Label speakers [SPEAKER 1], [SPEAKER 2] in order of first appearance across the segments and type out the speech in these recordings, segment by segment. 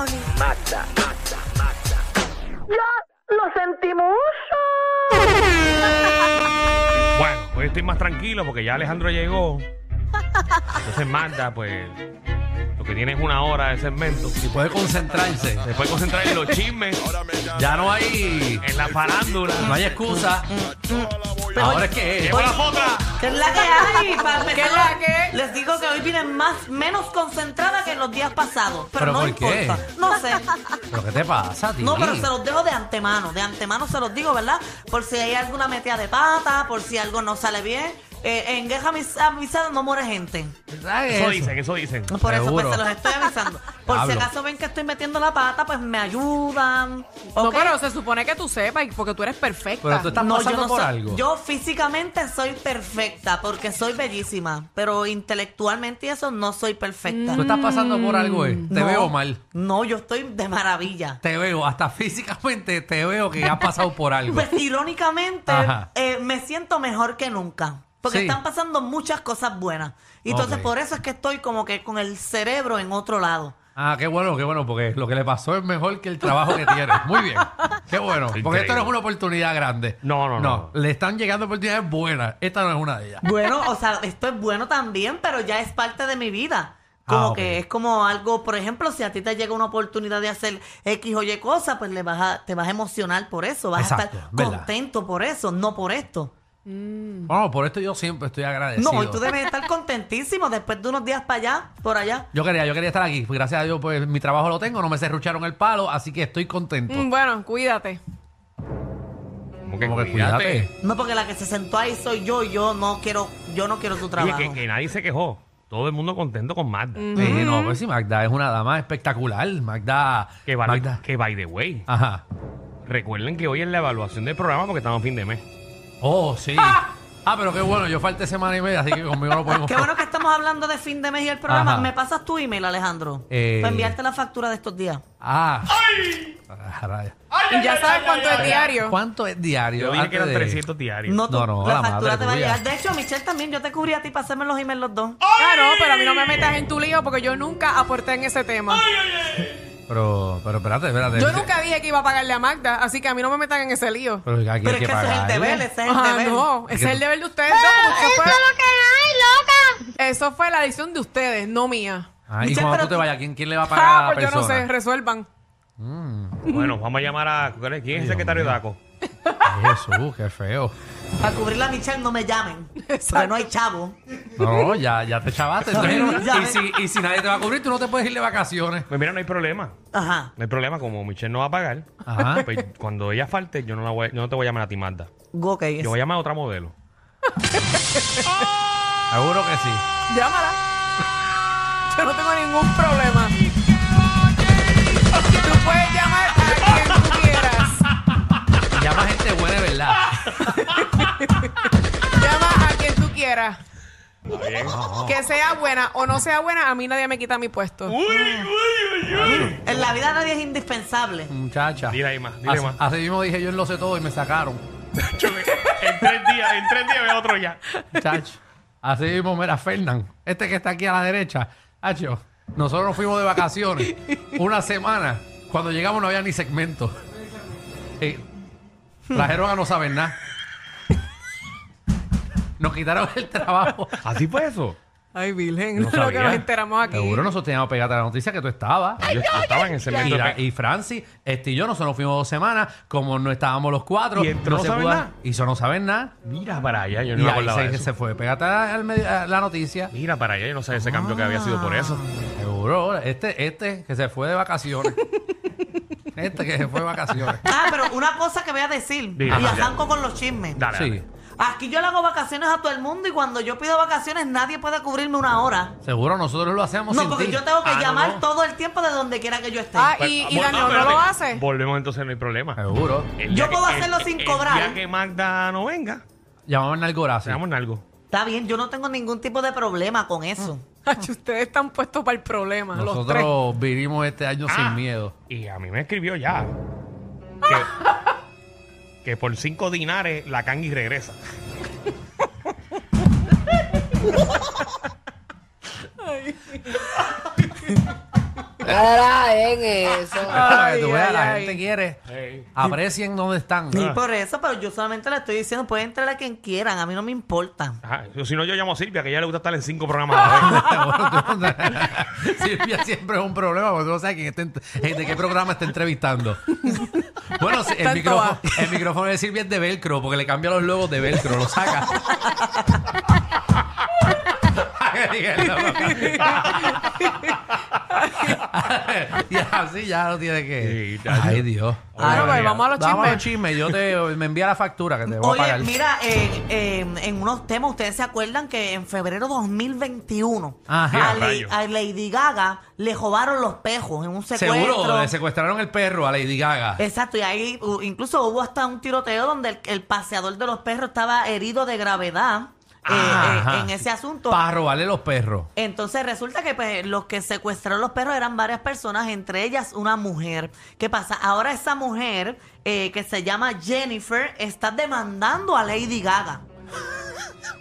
[SPEAKER 1] Mata, mata, mata.
[SPEAKER 2] ¡Ya lo sentimos!
[SPEAKER 3] Bueno, hoy estoy más tranquilo porque ya Alejandro llegó. Entonces Magda, pues, lo que tiene es una hora de segmento.
[SPEAKER 4] Si puede concentrarse.
[SPEAKER 3] Se puede concentrar en los chismes,
[SPEAKER 4] Ya no hay.
[SPEAKER 3] en la farándula.
[SPEAKER 4] No hay excusa. Ahora es que
[SPEAKER 3] ¡Llegó la potra!
[SPEAKER 5] ¿Qué es la que hay? Para empezar, Les digo que hoy viene más, menos concentrada que en los días pasados. Pero,
[SPEAKER 4] ¿Pero
[SPEAKER 5] no
[SPEAKER 4] por qué?
[SPEAKER 5] importa. No sé.
[SPEAKER 4] ¿Pero qué te pasa, tío?
[SPEAKER 5] No, pero se los dejo de antemano. De antemano se los digo, ¿verdad? Por si hay alguna metida de pata, por si algo no sale bien. Eh, en guerra avis- avisada no muere gente.
[SPEAKER 3] Eso dicen, eso dicen.
[SPEAKER 5] Por eso pues,
[SPEAKER 4] Seguro.
[SPEAKER 5] se los estoy avisando. Por
[SPEAKER 4] Diablo.
[SPEAKER 5] si acaso ven que estoy metiendo la pata, pues me ayudan.
[SPEAKER 6] No,
[SPEAKER 5] ¿ok?
[SPEAKER 6] pero se supone que tú sepas, y porque tú eres perfecta.
[SPEAKER 4] Pero tú estás
[SPEAKER 5] No,
[SPEAKER 4] pasando
[SPEAKER 5] yo no
[SPEAKER 4] por
[SPEAKER 5] soy-
[SPEAKER 4] algo.
[SPEAKER 5] Yo físicamente soy perfecta porque soy bellísima, pero intelectualmente y eso no soy perfecta.
[SPEAKER 4] Tú estás pasando por algo, eh. Te
[SPEAKER 5] No,
[SPEAKER 4] veo mal.
[SPEAKER 5] No, yo estoy de maravilla.
[SPEAKER 4] Te veo, hasta físicamente te veo que has pasado por algo.
[SPEAKER 5] Pues, irónicamente,
[SPEAKER 4] Ajá.
[SPEAKER 5] eh, me siento mejor que nunca. Porque
[SPEAKER 4] Sí.
[SPEAKER 5] están pasando muchas cosas buenas. Y entonces
[SPEAKER 4] Ok.
[SPEAKER 5] por eso es que estoy como que con el cerebro en otro lado.
[SPEAKER 4] Ah, qué bueno, qué bueno, porque lo que le pasó es mejor que el trabajo que tiene. Muy bien. Qué bueno. Porque esto
[SPEAKER 3] Increíble.
[SPEAKER 4] no es una oportunidad grande.
[SPEAKER 3] No, no, no.
[SPEAKER 4] le están llegando oportunidades buenas. Esta no es una de ellas.
[SPEAKER 5] Bueno, o sea, esto es bueno también, pero ya es parte de mi vida. Como
[SPEAKER 4] Ah, ok.
[SPEAKER 5] que es como algo, por ejemplo, si a ti te llega una oportunidad de hacer X o Y cosa, pues le vas a, te vas a emocionar por eso, vas a
[SPEAKER 4] Exacto,
[SPEAKER 5] estar
[SPEAKER 4] ¿verdad?
[SPEAKER 5] contento por eso, no por esto.
[SPEAKER 4] Bueno, por esto yo siempre estoy agradecido.
[SPEAKER 5] Mm. No, y tú debes estar contentísimo después de unos días para allá, por allá.
[SPEAKER 4] Yo quería, yo quería estar aquí. Pues, Gracias a Dios, pues mi trabajo lo tengo, no me cerrucharon el palo, así que estoy contento.
[SPEAKER 6] Mm, bueno, cuídate.
[SPEAKER 3] Como
[SPEAKER 4] Como que cuídate.
[SPEAKER 5] No, porque la que se sentó ahí soy yo, y yo no quiero, yo no quiero tu trabajo. Mm.
[SPEAKER 3] Oye, que, que nadie se quejó. Todo el mundo contento con Magda.
[SPEAKER 4] Sí, no, pues sí, Magda es una dama espectacular. Magda.
[SPEAKER 3] Que, by-
[SPEAKER 4] Magda.
[SPEAKER 3] que by the way,
[SPEAKER 4] Ajá.
[SPEAKER 3] recuerden que hoy es la evaluación del programa porque estamos a fin de mes.
[SPEAKER 4] Oh, sí. Ah, pero qué bueno, yo falté semana y media, así que conmigo no podemos.
[SPEAKER 5] Qué bueno que estamos hablando de fin de mes y el programa.
[SPEAKER 4] Ajá.
[SPEAKER 5] ¿Me pasas tu email, Alejandro?
[SPEAKER 4] Eh.
[SPEAKER 5] Para enviarte la factura de estos días.
[SPEAKER 4] Ah. Ah, raya.
[SPEAKER 6] Y ya sabes cuánto es diario.
[SPEAKER 4] ¿Cuánto es diario?
[SPEAKER 3] Yo dije que eran
[SPEAKER 4] Antes de-
[SPEAKER 3] 300 diarios.
[SPEAKER 5] No, tú-
[SPEAKER 4] No, no, la
[SPEAKER 5] la
[SPEAKER 4] madre
[SPEAKER 5] factura te va a
[SPEAKER 4] tuya.
[SPEAKER 5] llegar. De hecho, Michelle también, yo te cubrí a ti para hacerme los emails los dos.
[SPEAKER 6] Claro, pero a mí Ah, no me metas en tu lío porque yo nunca aporté en ese tema.
[SPEAKER 4] Pero, pero espérate, espérate.
[SPEAKER 6] Yo nunca dije que iba a pagarle a Magda, así que a mí no me metan en ese lío.
[SPEAKER 4] Pero, aquí
[SPEAKER 5] Pero
[SPEAKER 4] hay
[SPEAKER 5] es que ese es el
[SPEAKER 4] pagarle.
[SPEAKER 5] deber, ese es el
[SPEAKER 6] Ah,
[SPEAKER 5] deber.
[SPEAKER 6] no, ese es el deber de ustedes. dos, porque fue- Eso fue la decisión de ustedes, no mía.
[SPEAKER 4] Ah, y
[SPEAKER 5] Michelle,
[SPEAKER 4] cuando
[SPEAKER 5] pero
[SPEAKER 4] tú te
[SPEAKER 5] tú-
[SPEAKER 4] vayas, ¿quién, quién le va a pagar a
[SPEAKER 6] Ah,
[SPEAKER 4] la
[SPEAKER 6] pues yo
[SPEAKER 4] persona?
[SPEAKER 6] no sé, resuelvan.
[SPEAKER 3] Bueno, vamos a llamar a. ¿cuál es? ¿Quién es el secretario de ACO?
[SPEAKER 4] Jesús, qué feo.
[SPEAKER 5] Para cubrirla a Michelle no me llamen. Porque
[SPEAKER 6] Exacto.
[SPEAKER 5] no hay chavo.
[SPEAKER 4] No, ya, ya te chavaste. Entonces,
[SPEAKER 5] Ya
[SPEAKER 4] y,
[SPEAKER 5] ves.
[SPEAKER 4] si, y si nadie te va a cubrir, tú no te puedes ir de vacaciones.
[SPEAKER 3] Pues mira, no hay problema.
[SPEAKER 5] Ajá.
[SPEAKER 3] No hay problema, como Michelle no va a pagar.
[SPEAKER 4] Ajá.
[SPEAKER 3] pues cuando ella falte, yo no, la voy, yo no te voy a llamar a ti, Magda.
[SPEAKER 5] Ok.
[SPEAKER 3] Yo voy a llamar a otra modelo.
[SPEAKER 4] Seguro que sí.
[SPEAKER 6] Llámala. Yo no tengo ningún problema. Tú puedes llamar a quien tú quieras.
[SPEAKER 4] Llama gente buena, de ¿verdad?
[SPEAKER 6] Llama a quien tú quieras.
[SPEAKER 3] ¿Está bien?
[SPEAKER 6] Que sea buena o no sea buena, a mí nadie me quita mi puesto.
[SPEAKER 5] En la vida nadie es indispensable.
[SPEAKER 4] Muchacha.
[SPEAKER 3] Dile ahí más, dile
[SPEAKER 4] así,
[SPEAKER 3] más.
[SPEAKER 4] así mismo dije, yo lo sé todo y me sacaron.
[SPEAKER 3] en tres días, en tres días veo otro ya.
[SPEAKER 4] Muchacha. Así mismo, mira, Fernán. Este que está aquí a la derecha. Hacho, nosotros nos fuimos de vacaciones una semana. Cuando llegamos no había ni segmento. Eh, trajeron a no saber nada. Nos quitaron el trabajo.
[SPEAKER 3] Así fue eso.
[SPEAKER 6] Ay, Virgen,
[SPEAKER 3] No
[SPEAKER 6] lo que
[SPEAKER 3] sabía.
[SPEAKER 6] nos enteramos aquí.
[SPEAKER 4] Seguro nosotros teníamos pegada la noticia que tú estabas.
[SPEAKER 3] Yo, yo estaba en el segmento.
[SPEAKER 4] Y,
[SPEAKER 3] de
[SPEAKER 4] la-
[SPEAKER 3] pe-
[SPEAKER 4] y Francis, este y yo, nosotros nos fuimos dos semanas, como no estábamos los cuatro.
[SPEAKER 3] Y entró No Saben
[SPEAKER 4] pudo-
[SPEAKER 3] Nada.
[SPEAKER 4] Hizo no saben nada.
[SPEAKER 3] Mira para allá, yo no
[SPEAKER 4] y
[SPEAKER 3] me
[SPEAKER 4] ahí
[SPEAKER 3] acordaba de
[SPEAKER 4] se,
[SPEAKER 3] eso.
[SPEAKER 4] se fue. Pégate al medio- a la noticia.
[SPEAKER 3] Mira para allá, yo no sabía ese cambio que había sido por eso.
[SPEAKER 4] Ah. Seguro, este, este que se fue de vacaciones. este que se fue de vacaciones.
[SPEAKER 5] Ah, pero una cosa que voy a decir.
[SPEAKER 3] Dime.
[SPEAKER 5] y
[SPEAKER 3] Ajá,
[SPEAKER 5] arranco con los chismes.
[SPEAKER 3] Dale,
[SPEAKER 4] Sí,
[SPEAKER 3] dale.
[SPEAKER 5] Aquí yo le hago vacaciones a todo el mundo y cuando yo pido vacaciones nadie puede cubrirme una hora.
[SPEAKER 4] seguro nosotros lo hacemos
[SPEAKER 5] No,
[SPEAKER 4] sin
[SPEAKER 5] porque
[SPEAKER 4] ti.
[SPEAKER 5] yo tengo que
[SPEAKER 3] Ah, no,
[SPEAKER 5] llamar
[SPEAKER 3] no.
[SPEAKER 5] todo el tiempo de donde quiera que yo esté.
[SPEAKER 6] Ah, y, y
[SPEAKER 3] Vol-
[SPEAKER 6] Daniel no
[SPEAKER 3] espérate.
[SPEAKER 6] lo hace.
[SPEAKER 3] Volvemos entonces, no hay problema.
[SPEAKER 4] Seguro.
[SPEAKER 3] El día
[SPEAKER 5] Yo puedo hacerlo sin
[SPEAKER 3] El
[SPEAKER 5] cobrar.
[SPEAKER 3] día que Magda no venga,
[SPEAKER 4] Llamamos al Gorazo.
[SPEAKER 3] seamos en algo.
[SPEAKER 5] Está bien, yo no tengo ningún tipo de problema con eso.
[SPEAKER 6] Ay, ustedes están puestos para el problema, los tres.
[SPEAKER 4] Nosotros vivimos este año
[SPEAKER 3] Ah,
[SPEAKER 4] sin miedo.
[SPEAKER 3] Y a mí me escribió ya que, que por cinco dinares la Kangi regresa.
[SPEAKER 7] Ahora en eso.
[SPEAKER 4] Para que tú
[SPEAKER 6] Ay,
[SPEAKER 4] veas,
[SPEAKER 6] ay,
[SPEAKER 4] la
[SPEAKER 6] ay.
[SPEAKER 4] gente quiere.
[SPEAKER 3] Ey.
[SPEAKER 4] Aprecien donde están.
[SPEAKER 5] Y por eso, pero yo solamente le estoy diciendo, pueden entrar a quien quieran, a mí no me importa.
[SPEAKER 3] Ajá, Si no, yo llamo a Silvia, que a ella le gusta estar en cinco programas a la vez.
[SPEAKER 4] Silvia siempre es un problema porque tú no sabes quién está ent- eh, de qué programa está entrevistando. Bueno, sí, el
[SPEAKER 6] Tanto
[SPEAKER 4] micrófono,
[SPEAKER 6] va.
[SPEAKER 4] el micrófono de Silvia es de velcro porque le cambia los logos de velcro, lo saca. y así ya no tiene que.
[SPEAKER 3] Sí, ya,
[SPEAKER 4] Ay,
[SPEAKER 3] ya.
[SPEAKER 4] Dios.
[SPEAKER 6] Bueno, pues
[SPEAKER 3] María.
[SPEAKER 6] vamos a los
[SPEAKER 4] Vamos a
[SPEAKER 6] chismes.
[SPEAKER 4] los chismes. Yo te me envía la factura que te voy a
[SPEAKER 5] Oye,
[SPEAKER 4] pagar.
[SPEAKER 5] mira, eh, eh, en unos temas, ustedes se acuerdan que en febrero 2021
[SPEAKER 4] Ajá.
[SPEAKER 5] a, Lady-
[SPEAKER 3] Rayo.
[SPEAKER 5] a Lady Gaga le robaron los pejos en un secuestro.
[SPEAKER 4] Seguro, le secuestraron el perro a Lady Gaga.
[SPEAKER 5] Exacto, y ahí u- incluso hubo hasta un tiroteo donde el, el paseador de los perros estaba herido de gravedad eh,
[SPEAKER 4] Ah,
[SPEAKER 5] eh,
[SPEAKER 4] ajá.
[SPEAKER 5] en ese asunto.
[SPEAKER 4] Para robarle los perros.
[SPEAKER 5] Entonces resulta que pues, los que secuestraron los perros eran varias personas, entre ellas una mujer. ¿Qué pasa? Ahora esa mujer eh, que se llama Jennifer está demandando a Lady Gaga.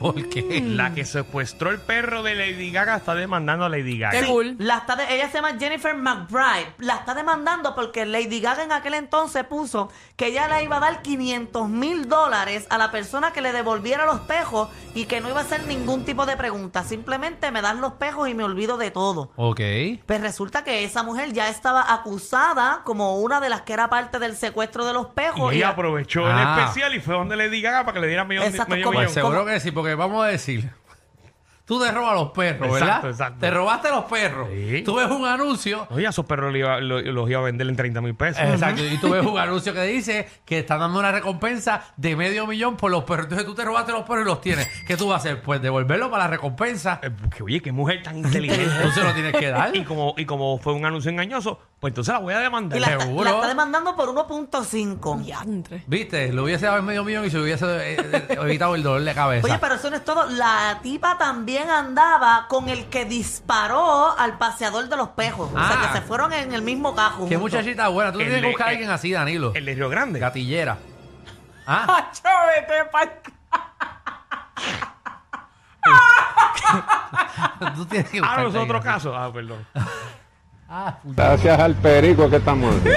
[SPEAKER 4] Porque
[SPEAKER 3] La que secuestró el perro de Lady Gaga está demandando a Lady Gaga.
[SPEAKER 6] Qué
[SPEAKER 5] Sí,
[SPEAKER 6] cool.
[SPEAKER 5] la está de- ella se llama Jennifer McBride. La está demandando porque Lady Gaga en aquel entonces puso que ella le iba a dar 500 mil dólares a la persona que le devolviera los pejos y que no iba a hacer ningún tipo de pregunta. Simplemente me dan los pejos y me olvido de todo.
[SPEAKER 4] Ok.
[SPEAKER 5] Pues resulta que esa mujer ya estaba acusada como una de las que era parte del secuestro de los pejos.
[SPEAKER 3] Y
[SPEAKER 5] Y
[SPEAKER 3] ella
[SPEAKER 5] a-
[SPEAKER 3] aprovechó
[SPEAKER 4] Ah.
[SPEAKER 3] el especial y fue donde Lady Gaga para que le diera medio,
[SPEAKER 5] Exacto,
[SPEAKER 3] medio
[SPEAKER 5] como-
[SPEAKER 4] Pues
[SPEAKER 3] millón.
[SPEAKER 5] como-
[SPEAKER 4] seguro que sí, porque vamos a decir. Tú te robas los perros,
[SPEAKER 3] Exacto,
[SPEAKER 4] ¿verdad?
[SPEAKER 3] exacto.
[SPEAKER 4] Te robaste los perros.
[SPEAKER 3] Sí.
[SPEAKER 4] Tú ves un anuncio.
[SPEAKER 3] Oye, a esos perros le iba- lo- los iba a vender en 30 mil pesos.
[SPEAKER 4] Exacto. Y tú ves un anuncio que dice que están dando una recompensa de medio millón por los perros. Entonces tú te robaste los perros y los tienes. ¿Qué tú vas a hacer? Pues devolverlo para la recompensa.
[SPEAKER 3] Eh, que, oye, qué mujer tan inteligente.
[SPEAKER 4] Tú se lo tienes que dar.
[SPEAKER 3] y, como, y como fue un anuncio engañoso, pues entonces la voy a demandar.
[SPEAKER 5] y la, está,
[SPEAKER 4] seguro.
[SPEAKER 5] la está demandando por 1.5.
[SPEAKER 6] Diantre.
[SPEAKER 4] ¿Viste? Lo hubiese dado el medio millón y se hubiese eh, eh, evitado el dolor de cabeza.
[SPEAKER 5] Oye, pero eso no es todo. La tipa también andaba con el que disparó al paseador de los pejos. O sea,
[SPEAKER 4] Ah.
[SPEAKER 5] que se fueron en el mismo cajo.
[SPEAKER 4] Qué
[SPEAKER 5] juntos.
[SPEAKER 4] muchachita buena. Tú
[SPEAKER 3] El
[SPEAKER 4] tienes que
[SPEAKER 3] de-
[SPEAKER 4] buscar a alguien
[SPEAKER 3] el-
[SPEAKER 4] así, Danilo.
[SPEAKER 3] El e- de Río Grande.
[SPEAKER 4] Gatillera. ¿Ah?
[SPEAKER 6] Pacho, vete pa'l-
[SPEAKER 4] Tú tienes que
[SPEAKER 3] Ah,
[SPEAKER 4] buscarte
[SPEAKER 3] no, es otro
[SPEAKER 4] alguien así.
[SPEAKER 3] caso. Ah, perdón.
[SPEAKER 4] Ah, puta.
[SPEAKER 8] Gracias al perico que estamos aquí.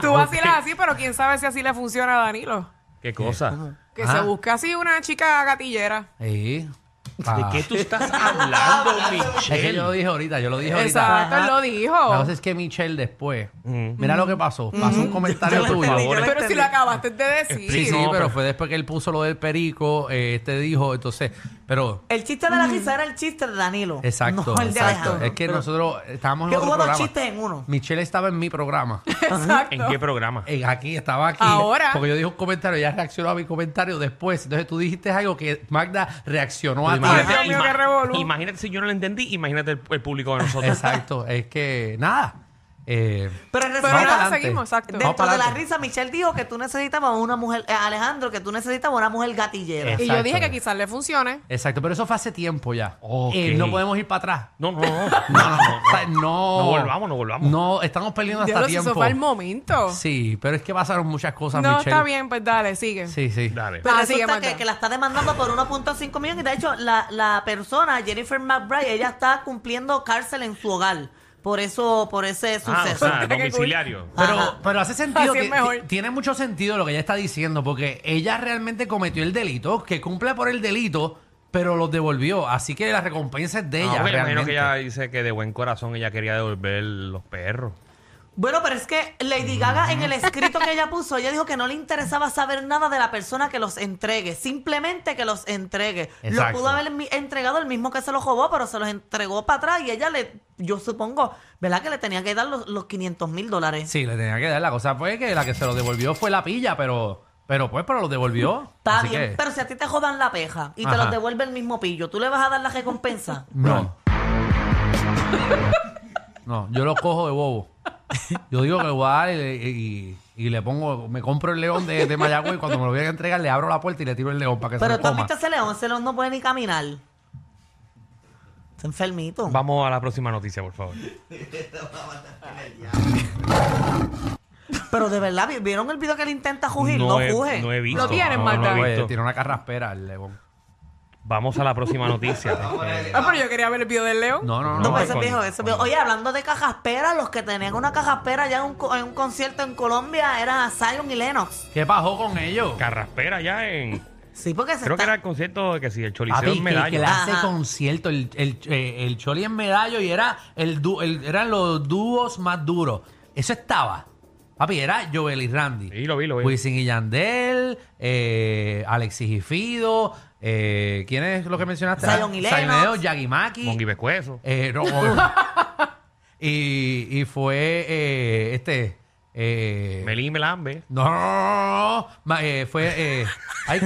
[SPEAKER 6] Tú vacilas así, pero quién sabe si así le funciona a Danilo.
[SPEAKER 3] Qué cosa.
[SPEAKER 6] Que
[SPEAKER 4] Ah.
[SPEAKER 6] se busque así una chica gatillera.
[SPEAKER 4] Sí.
[SPEAKER 3] ¿De
[SPEAKER 4] Ah.
[SPEAKER 3] qué tú estás hablando, Michelle?
[SPEAKER 4] Es que yo lo dije ahorita, yo lo dije ahorita.
[SPEAKER 6] Exacto, él lo dijo.
[SPEAKER 4] La cosa es que Michelle después,
[SPEAKER 3] Mm.
[SPEAKER 4] mira lo que pasó,
[SPEAKER 5] Mm.
[SPEAKER 4] pasó un comentario
[SPEAKER 5] Yo lo
[SPEAKER 4] tuyo.
[SPEAKER 5] entendí, yo lo
[SPEAKER 6] Pero si
[SPEAKER 5] entendí.
[SPEAKER 6] lo acabaste de decir.
[SPEAKER 4] Sí, sí,
[SPEAKER 3] No,
[SPEAKER 4] pero
[SPEAKER 3] pero-
[SPEAKER 4] fue después que él puso lo del perico, eh, te dijo, entonces, pero
[SPEAKER 5] El chiste de la risa era el chiste de Danilo.
[SPEAKER 4] Mm. exacto,
[SPEAKER 5] No el de
[SPEAKER 4] exacto.
[SPEAKER 5] Alejandro.
[SPEAKER 4] Es que
[SPEAKER 5] Pero
[SPEAKER 4] nosotros estábamos en
[SPEAKER 5] que
[SPEAKER 4] otro
[SPEAKER 5] hubo dos
[SPEAKER 4] programa.
[SPEAKER 5] chistes en uno.
[SPEAKER 4] Michelle estaba en mi programa.
[SPEAKER 6] Exacto.
[SPEAKER 3] ¿En qué programa?
[SPEAKER 4] Eh, Aquí, estaba aquí.
[SPEAKER 6] Ahora.
[SPEAKER 4] Porque yo dije un comentario, ella reaccionó a mi comentario después. Entonces tú dijiste algo que Magda reaccionó a ti.
[SPEAKER 6] Ay, Dios mío,
[SPEAKER 3] ima-
[SPEAKER 6] qué revolú.
[SPEAKER 3] imagínate si yo no lo entendí, imagínate el, el público de nosotros.
[SPEAKER 4] Exacto, es que nada. Eh,
[SPEAKER 5] Pero
[SPEAKER 6] Pero
[SPEAKER 5] resulta
[SPEAKER 4] Vamos
[SPEAKER 6] nada,
[SPEAKER 4] pa'lante.
[SPEAKER 6] seguimos, exacto.
[SPEAKER 4] Vamos
[SPEAKER 5] Dentro de la
[SPEAKER 4] pa'lante.
[SPEAKER 5] risa, Michelle dijo que tú necesitabas una mujer, eh, Alejandro, que tú necesitabas una mujer gatillera.
[SPEAKER 4] Eh.
[SPEAKER 6] Y yo dije
[SPEAKER 4] Exacto.
[SPEAKER 6] que quizás le funcione.
[SPEAKER 4] Exacto, pero eso fue hace tiempo ya.
[SPEAKER 3] Ok.
[SPEAKER 4] Eh, no podemos ir para atrás.
[SPEAKER 3] No, no, no.
[SPEAKER 4] No, no, no. O sea, no.
[SPEAKER 3] No volvamos, no volvamos.
[SPEAKER 4] No, estamos perdiendo hasta
[SPEAKER 6] Ya lo
[SPEAKER 4] tiempo.
[SPEAKER 6] hizo para el momento.
[SPEAKER 4] Sí, pero es que pasaron muchas cosas,
[SPEAKER 6] no,
[SPEAKER 4] Michelle.
[SPEAKER 6] está bien, pues dale, sigue.
[SPEAKER 4] Sí, sí.
[SPEAKER 3] Dale.
[SPEAKER 5] Pero
[SPEAKER 6] Ah, sigue,
[SPEAKER 5] resulta
[SPEAKER 6] Magda.
[SPEAKER 5] que, que la está demandando por 1.5 millones y de hecho la, la persona, Jennifer McBride, ella está cumpliendo cárcel en su hogar. Por eso, por ese
[SPEAKER 3] Ah, o
[SPEAKER 5] suceso.
[SPEAKER 3] sea,
[SPEAKER 6] Qué cool.
[SPEAKER 3] domiciliario.
[SPEAKER 4] Pero,
[SPEAKER 5] Ajá.
[SPEAKER 4] pero hace sentido,
[SPEAKER 6] Así es
[SPEAKER 4] ti-
[SPEAKER 6] mejor.
[SPEAKER 4] ti- tiene mucho sentido lo que ella está diciendo, porque ella realmente cometió el delito, que cumple por el delito, pero los devolvió. Así que la recompensa es
[SPEAKER 3] No,
[SPEAKER 4] de ella.
[SPEAKER 3] me Ah, imagino
[SPEAKER 4] realmente.
[SPEAKER 3] que ella dice que de buen corazón ella quería devolver los perros.
[SPEAKER 5] Bueno, pero es que Lady Gaga en el escrito que ella puso, ella dijo que no le interesaba saber nada de la persona que los entregue, simplemente que los entregue. Lo
[SPEAKER 4] Exacto.
[SPEAKER 5] pudo haber mi- entregado el mismo que se los robó, pero se los entregó para atrás y ella le, yo supongo, ¿verdad? Que le tenía que dar los, los 500 mil dólares.
[SPEAKER 4] Sí, le tenía que dar. La cosa fue que la que se lo devolvió fue la pilla, pero, pero pues, pero lo devolvió.
[SPEAKER 5] Está
[SPEAKER 4] Así
[SPEAKER 5] bien,
[SPEAKER 4] que-
[SPEAKER 5] pero si a ti te jodan la peja y te
[SPEAKER 4] Ajá.
[SPEAKER 5] los devuelve el mismo pillo, ¿tú le vas a dar la recompensa?
[SPEAKER 4] No. No, yo lo cojo de bobo. Yo digo que lo voy a dar y, y- y le pongo, me compro el león de, de Mayagüez y cuando me lo voy a entregar le abro la puerta y le tiro el león para que se
[SPEAKER 5] Pero
[SPEAKER 4] lo
[SPEAKER 5] tú has
[SPEAKER 4] coma.
[SPEAKER 5] visto ese león, ese león no puede ni caminar. Está enfermito.
[SPEAKER 3] Vamos a la próxima noticia, por favor.
[SPEAKER 5] Pero de verdad, ¿vi- ¿vieron el video que él intenta jugir?
[SPEAKER 3] no,
[SPEAKER 5] No,
[SPEAKER 3] he,
[SPEAKER 5] juje.
[SPEAKER 3] no he visto.
[SPEAKER 6] Lo tienen,
[SPEAKER 3] no,
[SPEAKER 4] eh,
[SPEAKER 6] Magda.
[SPEAKER 3] No, he
[SPEAKER 4] Oye,
[SPEAKER 3] visto.
[SPEAKER 4] tiene una carraspera el león.
[SPEAKER 3] Vamos a la próxima noticia. Eh,
[SPEAKER 6] Ah, pero yo quería ver el video del león.
[SPEAKER 4] No, no,
[SPEAKER 5] No,
[SPEAKER 4] no.
[SPEAKER 5] pues ese
[SPEAKER 3] con-
[SPEAKER 5] viejo, ese viejo. Oye, hablando de cajaspera, los que tenían una cajaspera ya en un, co- en un concierto en Colombia eran Zion y Lennox.
[SPEAKER 4] ¿Qué pasó con ellos?
[SPEAKER 3] Carraspera ya en...
[SPEAKER 5] Sí, porque se
[SPEAKER 3] Creo que
[SPEAKER 5] está-
[SPEAKER 3] era el concierto de que si el Choliseo
[SPEAKER 4] Papi,
[SPEAKER 3] en
[SPEAKER 4] que,
[SPEAKER 3] Medallo.
[SPEAKER 4] que le hace
[SPEAKER 5] Ajá.
[SPEAKER 4] concierto el, el, eh, el Choli en medallo y era el, du- el- eran los dúos más duros. Eso estaba. Papi, era Joel y Randy.
[SPEAKER 3] Sí, lo vi, lo vi.
[SPEAKER 4] Wisin y Yandel, eh, Alexis y Fido, eh, ¿quién es lo que mencionaste?
[SPEAKER 5] Zion y Lennox.
[SPEAKER 4] Yagimaki.
[SPEAKER 3] Mongi Pescuezo.
[SPEAKER 4] Eh, no, Mongi. y, y fue eh, este... eh,
[SPEAKER 3] Melín y Melambe.
[SPEAKER 4] no, no, no, no. Ma- eh, fue. eh, ay.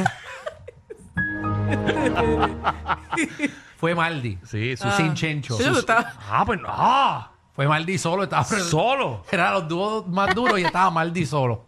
[SPEAKER 4] fue Maldi.
[SPEAKER 3] Sí, su-
[SPEAKER 4] Sin chencho.
[SPEAKER 6] Sí, tú estabas-
[SPEAKER 3] Ah, pues no. Ah,
[SPEAKER 4] Fue Maldi solo. Estaba
[SPEAKER 3] solo.
[SPEAKER 4] Era los dúos más duros y estaba Maldi solo.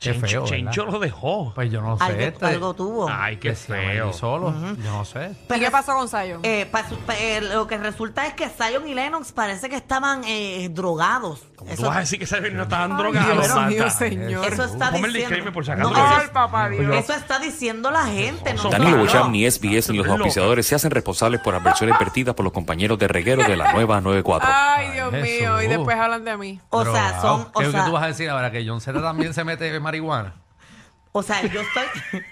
[SPEAKER 4] Qué
[SPEAKER 3] Chencho-
[SPEAKER 4] feo, ¿verdad?
[SPEAKER 3] Chencho lo dejó.
[SPEAKER 4] Pues yo no sé.
[SPEAKER 5] algo,
[SPEAKER 4] este-
[SPEAKER 5] algo tuvo.
[SPEAKER 3] Ay, qué
[SPEAKER 4] decía Maldi
[SPEAKER 3] feo.
[SPEAKER 4] solo. Yo no sé.
[SPEAKER 6] ¿Y qué pasó con Zion?
[SPEAKER 5] Eh, pa- pa- eh, lo que resulta es que Zion y Lennox parece que estaban eh, drogados.
[SPEAKER 3] Tú vas a decir que ese no está tan
[SPEAKER 6] Ay,
[SPEAKER 3] drogado.
[SPEAKER 6] Dios
[SPEAKER 3] Santa.
[SPEAKER 6] mío, señor.
[SPEAKER 5] eso está
[SPEAKER 3] Ponme el
[SPEAKER 5] diciendo.
[SPEAKER 3] disclaimer por si acaso.
[SPEAKER 5] No,
[SPEAKER 3] porque-
[SPEAKER 5] eso,
[SPEAKER 6] Ay, papá Dios.
[SPEAKER 5] eso está diciendo la gente. No,
[SPEAKER 9] Danilo
[SPEAKER 5] soy yo.
[SPEAKER 9] Bocham, ni SBS, ni los
[SPEAKER 3] Loco.
[SPEAKER 9] auspiciadores se hacen responsables por adversiones vertidas por los compañeros de reguero de la nueva 94.
[SPEAKER 6] Ay, Dios
[SPEAKER 4] Jesús.
[SPEAKER 6] mío. Y después hablan de mí.
[SPEAKER 5] O sea,
[SPEAKER 4] Drogado.
[SPEAKER 5] son, o
[SPEAKER 4] ¿Qué, qué
[SPEAKER 5] sea,
[SPEAKER 4] tú vas a decir ahora? ¿Que John Z también se mete en marihuana?
[SPEAKER 5] O sea, yo estoy.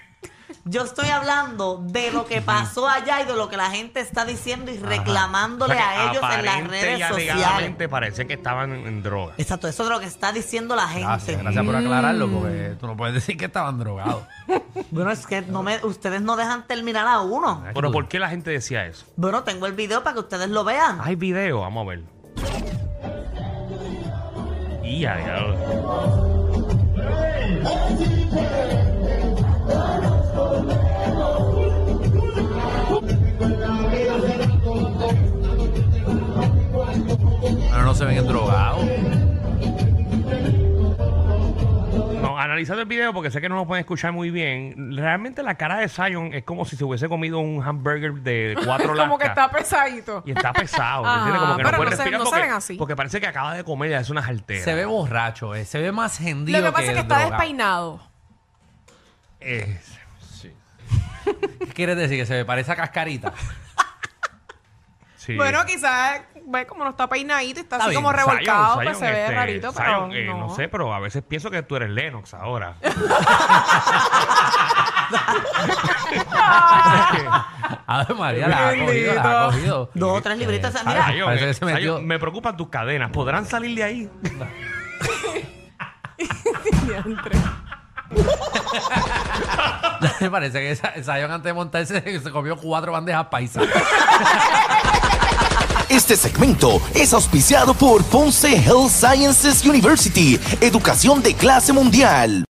[SPEAKER 5] Yo estoy hablando de lo que pasó allá y de lo que la gente está diciendo y
[SPEAKER 3] O sea
[SPEAKER 5] reclamándole
[SPEAKER 3] que
[SPEAKER 5] a ellos en las
[SPEAKER 3] aparente y
[SPEAKER 5] redes sociales.
[SPEAKER 3] alegadamente parece que estaban en, en droga.
[SPEAKER 5] Exacto, eso es lo que está diciendo la gente.
[SPEAKER 4] Gracias, gracias por aclararlo, porque tú no puedes decir que estaban drogados.
[SPEAKER 5] Bueno, es que no me, ustedes no dejan terminar a uno.
[SPEAKER 3] Pero ¿por qué la gente decía eso?
[SPEAKER 5] Bueno, tengo el video para que ustedes lo vean.
[SPEAKER 3] Hay video, vamos a ver. Y a diablo.
[SPEAKER 4] Pero no se ven drogados.
[SPEAKER 3] No, analizando el video, porque sé que no lo pueden escuchar muy bien, realmente la cara de Zion es como si se hubiese comido un hamburger de cuatro
[SPEAKER 6] Es como
[SPEAKER 3] latas.
[SPEAKER 6] que está pesadito.
[SPEAKER 3] Y está pesado, ¿me
[SPEAKER 6] Ajá,
[SPEAKER 3] ¿entiendes? Como que no
[SPEAKER 6] pero
[SPEAKER 3] puede
[SPEAKER 6] no se-
[SPEAKER 3] respirar
[SPEAKER 6] no
[SPEAKER 3] porque,
[SPEAKER 6] salen así.
[SPEAKER 3] porque parece que acaba de comer, ya es una jartera.
[SPEAKER 4] Se ve borracho, eh. se ve más hendido.
[SPEAKER 6] Lo que pasa es que está
[SPEAKER 4] drogado.
[SPEAKER 6] despeinado.
[SPEAKER 3] Eh,
[SPEAKER 4] ¿Qué quieres decir? Que se me parece a cascarita.
[SPEAKER 3] sí.
[SPEAKER 6] Bueno, quizás ve como no está peinadito y está,
[SPEAKER 4] Está
[SPEAKER 6] así
[SPEAKER 4] bien,
[SPEAKER 6] como
[SPEAKER 3] Zion,
[SPEAKER 6] revolcado,
[SPEAKER 3] Zion,
[SPEAKER 6] pues se ve
[SPEAKER 3] este,
[SPEAKER 6] rarito, pero
[SPEAKER 3] Zion, eh,
[SPEAKER 6] no.
[SPEAKER 3] no sé, pero a veces pienso que tú eres Lennox ahora.
[SPEAKER 4] Ave María, la ha cogido, la ha cogido.
[SPEAKER 5] Dos o tres libritos.
[SPEAKER 4] Eh,
[SPEAKER 5] Mira.
[SPEAKER 4] Zion, parece que se
[SPEAKER 3] Sayo,
[SPEAKER 4] metió.
[SPEAKER 3] me preocupan tus cadenas. ¿Podrán salir de ahí?
[SPEAKER 6] Diantre.
[SPEAKER 4] Me parece que Sa- Zion antes de montarse se comió cuatro bandejas paisas.
[SPEAKER 10] Este segmento es auspiciado por Ponce Health Sciences University, educación de clase mundial.